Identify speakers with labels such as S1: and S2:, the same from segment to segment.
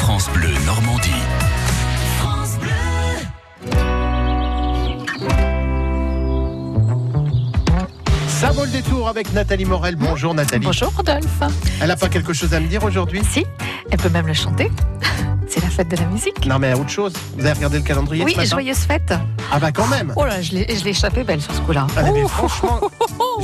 S1: France Bleu Normandie.
S2: France Bleu.
S3: Ça vaut le détour avec Nathalie Morel. Bonjour Nathalie.
S4: Bonjour Rodolphe.
S3: Elle n'a pas quelque chose à me dire aujourd'hui
S4: Si, elle peut même le chanter. C'est la fête de la musique.
S3: Non mais autre chose. Vous avez regardé le calendrier
S4: Oui,
S3: ce matin
S4: joyeuse fête.
S3: Ah bah quand même.
S4: Oh là, je l'ai je l'ai échappé belle sur ce coup-là.
S3: Allez, mais
S4: Ouh.
S3: franchement,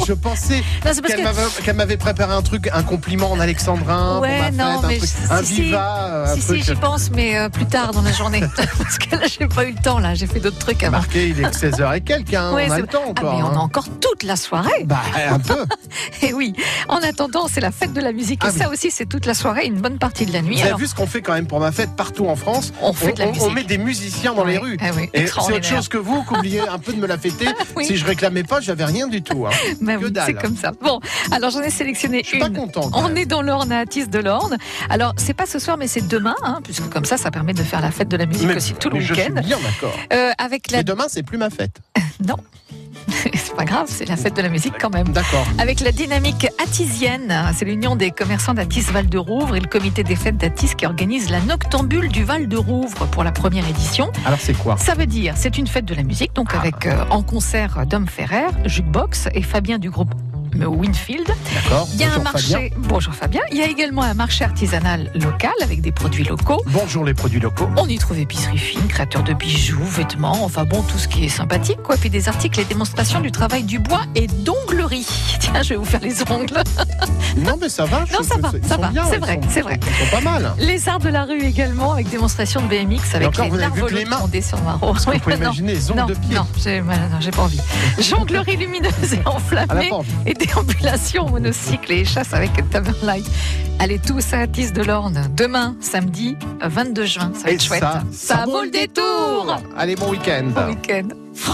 S3: je pensais
S4: Non, c'est parce
S3: qu'elle
S4: que.
S3: m'avait- qu'elle m'avait préparé un truc, un compliment en alexandrin, pour
S4: Ouais,
S3: ma fête,
S4: non,
S3: un,
S4: mais
S3: truc,
S4: je-
S3: un
S4: si, si.
S3: viva, euh, un
S4: Si, si,
S3: truc.
S4: j'y pense, mais euh, plus tard dans la journée. parce que là, j'ai pas eu le temps, là. J'ai fait d'autres trucs avant.
S3: Marqué, il est 16h et quelques, hein,
S4: Ouais,
S3: Bah, on a
S4: c'est-
S3: le temps
S4: Ah, mais
S3: encore.
S4: on Ah, a
S3: hein.
S4: encore toute la soirée.
S3: Bah un peu.
S4: Et oui. En attendant, c'est la fête de la musique.
S3: Ah
S4: et ça aussi, c'est toute la soirée, une bonne partie de la nuit.
S3: Vous avez
S4: Alors,
S3: vu ce qu'on fait quand même pour ma fête partout en France
S4: on fait de la musique.
S3: met des musiciens dans les
S4: Ouais.
S3: rues.
S4: Ah
S3: Et
S4: oui,
S3: c'est autre
S4: extraordinaire.
S3: chose que vous, qu'oubliez un peu de me la fêter.
S4: Oui.
S3: Si je réclamais pas, j'avais rien du tout. hein.
S4: Bah
S3: que
S4: oui,
S3: dalle.
S4: c'est comme ça. Bon, alors j'en ai sélectionné
S3: Je suis
S4: une.
S3: pas content. quand
S4: On
S3: même.
S4: est dans l'Orne à Atis de l'Orne. Alors, c'est pas ce soir, mais c'est demain, hein, puisque comme ça, ça permet de faire la fête de la musique
S3: Mais-
S4: aussi tout le
S3: mais Je suis
S4: week-end.
S3: bien d'accord.
S4: Euh, avec la.
S3: Mais demain, c'est plus ma fête.
S4: Non, c'est pas grave, c'est la fête de la musique quand même.
S3: D'accord.
S4: Avec la dynamique attisienne, hein, c'est l'union des commerçants d'Atis Val de Rouvre et le comité des fêtes d'Atis qui organise la Noctambule du Val de Rouvre pour la première édition.
S3: Alors, c'est quoi
S4: Ça veut dire, c'est une fête de la musique,
S3: Ah.
S4: donc avec euh, en concert Dom Ferrer, Jukebox et Fabien du groupe euh, Winfield.
S3: D'accord.
S4: Il y a
S3: Bonjour,
S4: un marché.
S3: Fabien.
S4: Bonjour Fabien. Il y a également un marché artisanal local avec des produits locaux.
S3: Bonjour les produits locaux.
S4: On y trouve épicerie fine, créateurs de bijoux, vêtements, enfin bon, tout ce qui est sympathique, quoi. Puis des articles et démonstrations du travail du bois et d'onglerie. Tiens, je vais vous faire les ongles.
S3: Non, mais ça va. je-
S4: ça
S3: je-
S4: va,
S3: ils
S4: ça
S3: sont
S4: va,
S3: bien,
S4: c'est
S3: ils
S4: vrai,
S3: sont-
S4: c'est vrai.
S3: Ils sont pas mal.
S4: Les arts de la rue également, avec démonstration de BMX, avec
S3: encore, vous
S4: les
S3: n'avez vu que les
S4: narvolos
S3: mains.
S4: fondés sur Maro.
S3: Parce que
S4: Oui,
S3: vous pouvez
S4: non,
S3: imaginer les ongles
S4: non,
S3: de pied.
S4: non, j'ai voilà, non, j'ai pas envie. Jonglerie lumineuse et
S3: Elle n'a
S4: enflammée.
S3: pas envie.
S4: et déambulation monocycle et chasse avec Tamerlight. Allez tous à Atis de l'Orne demain, samedi 22 juin. Ça va
S3: Et
S4: être chouette.
S3: ça, ça
S4: vaut le détour.
S3: Allez, bon week-end.
S4: Bon week-end.
S2: France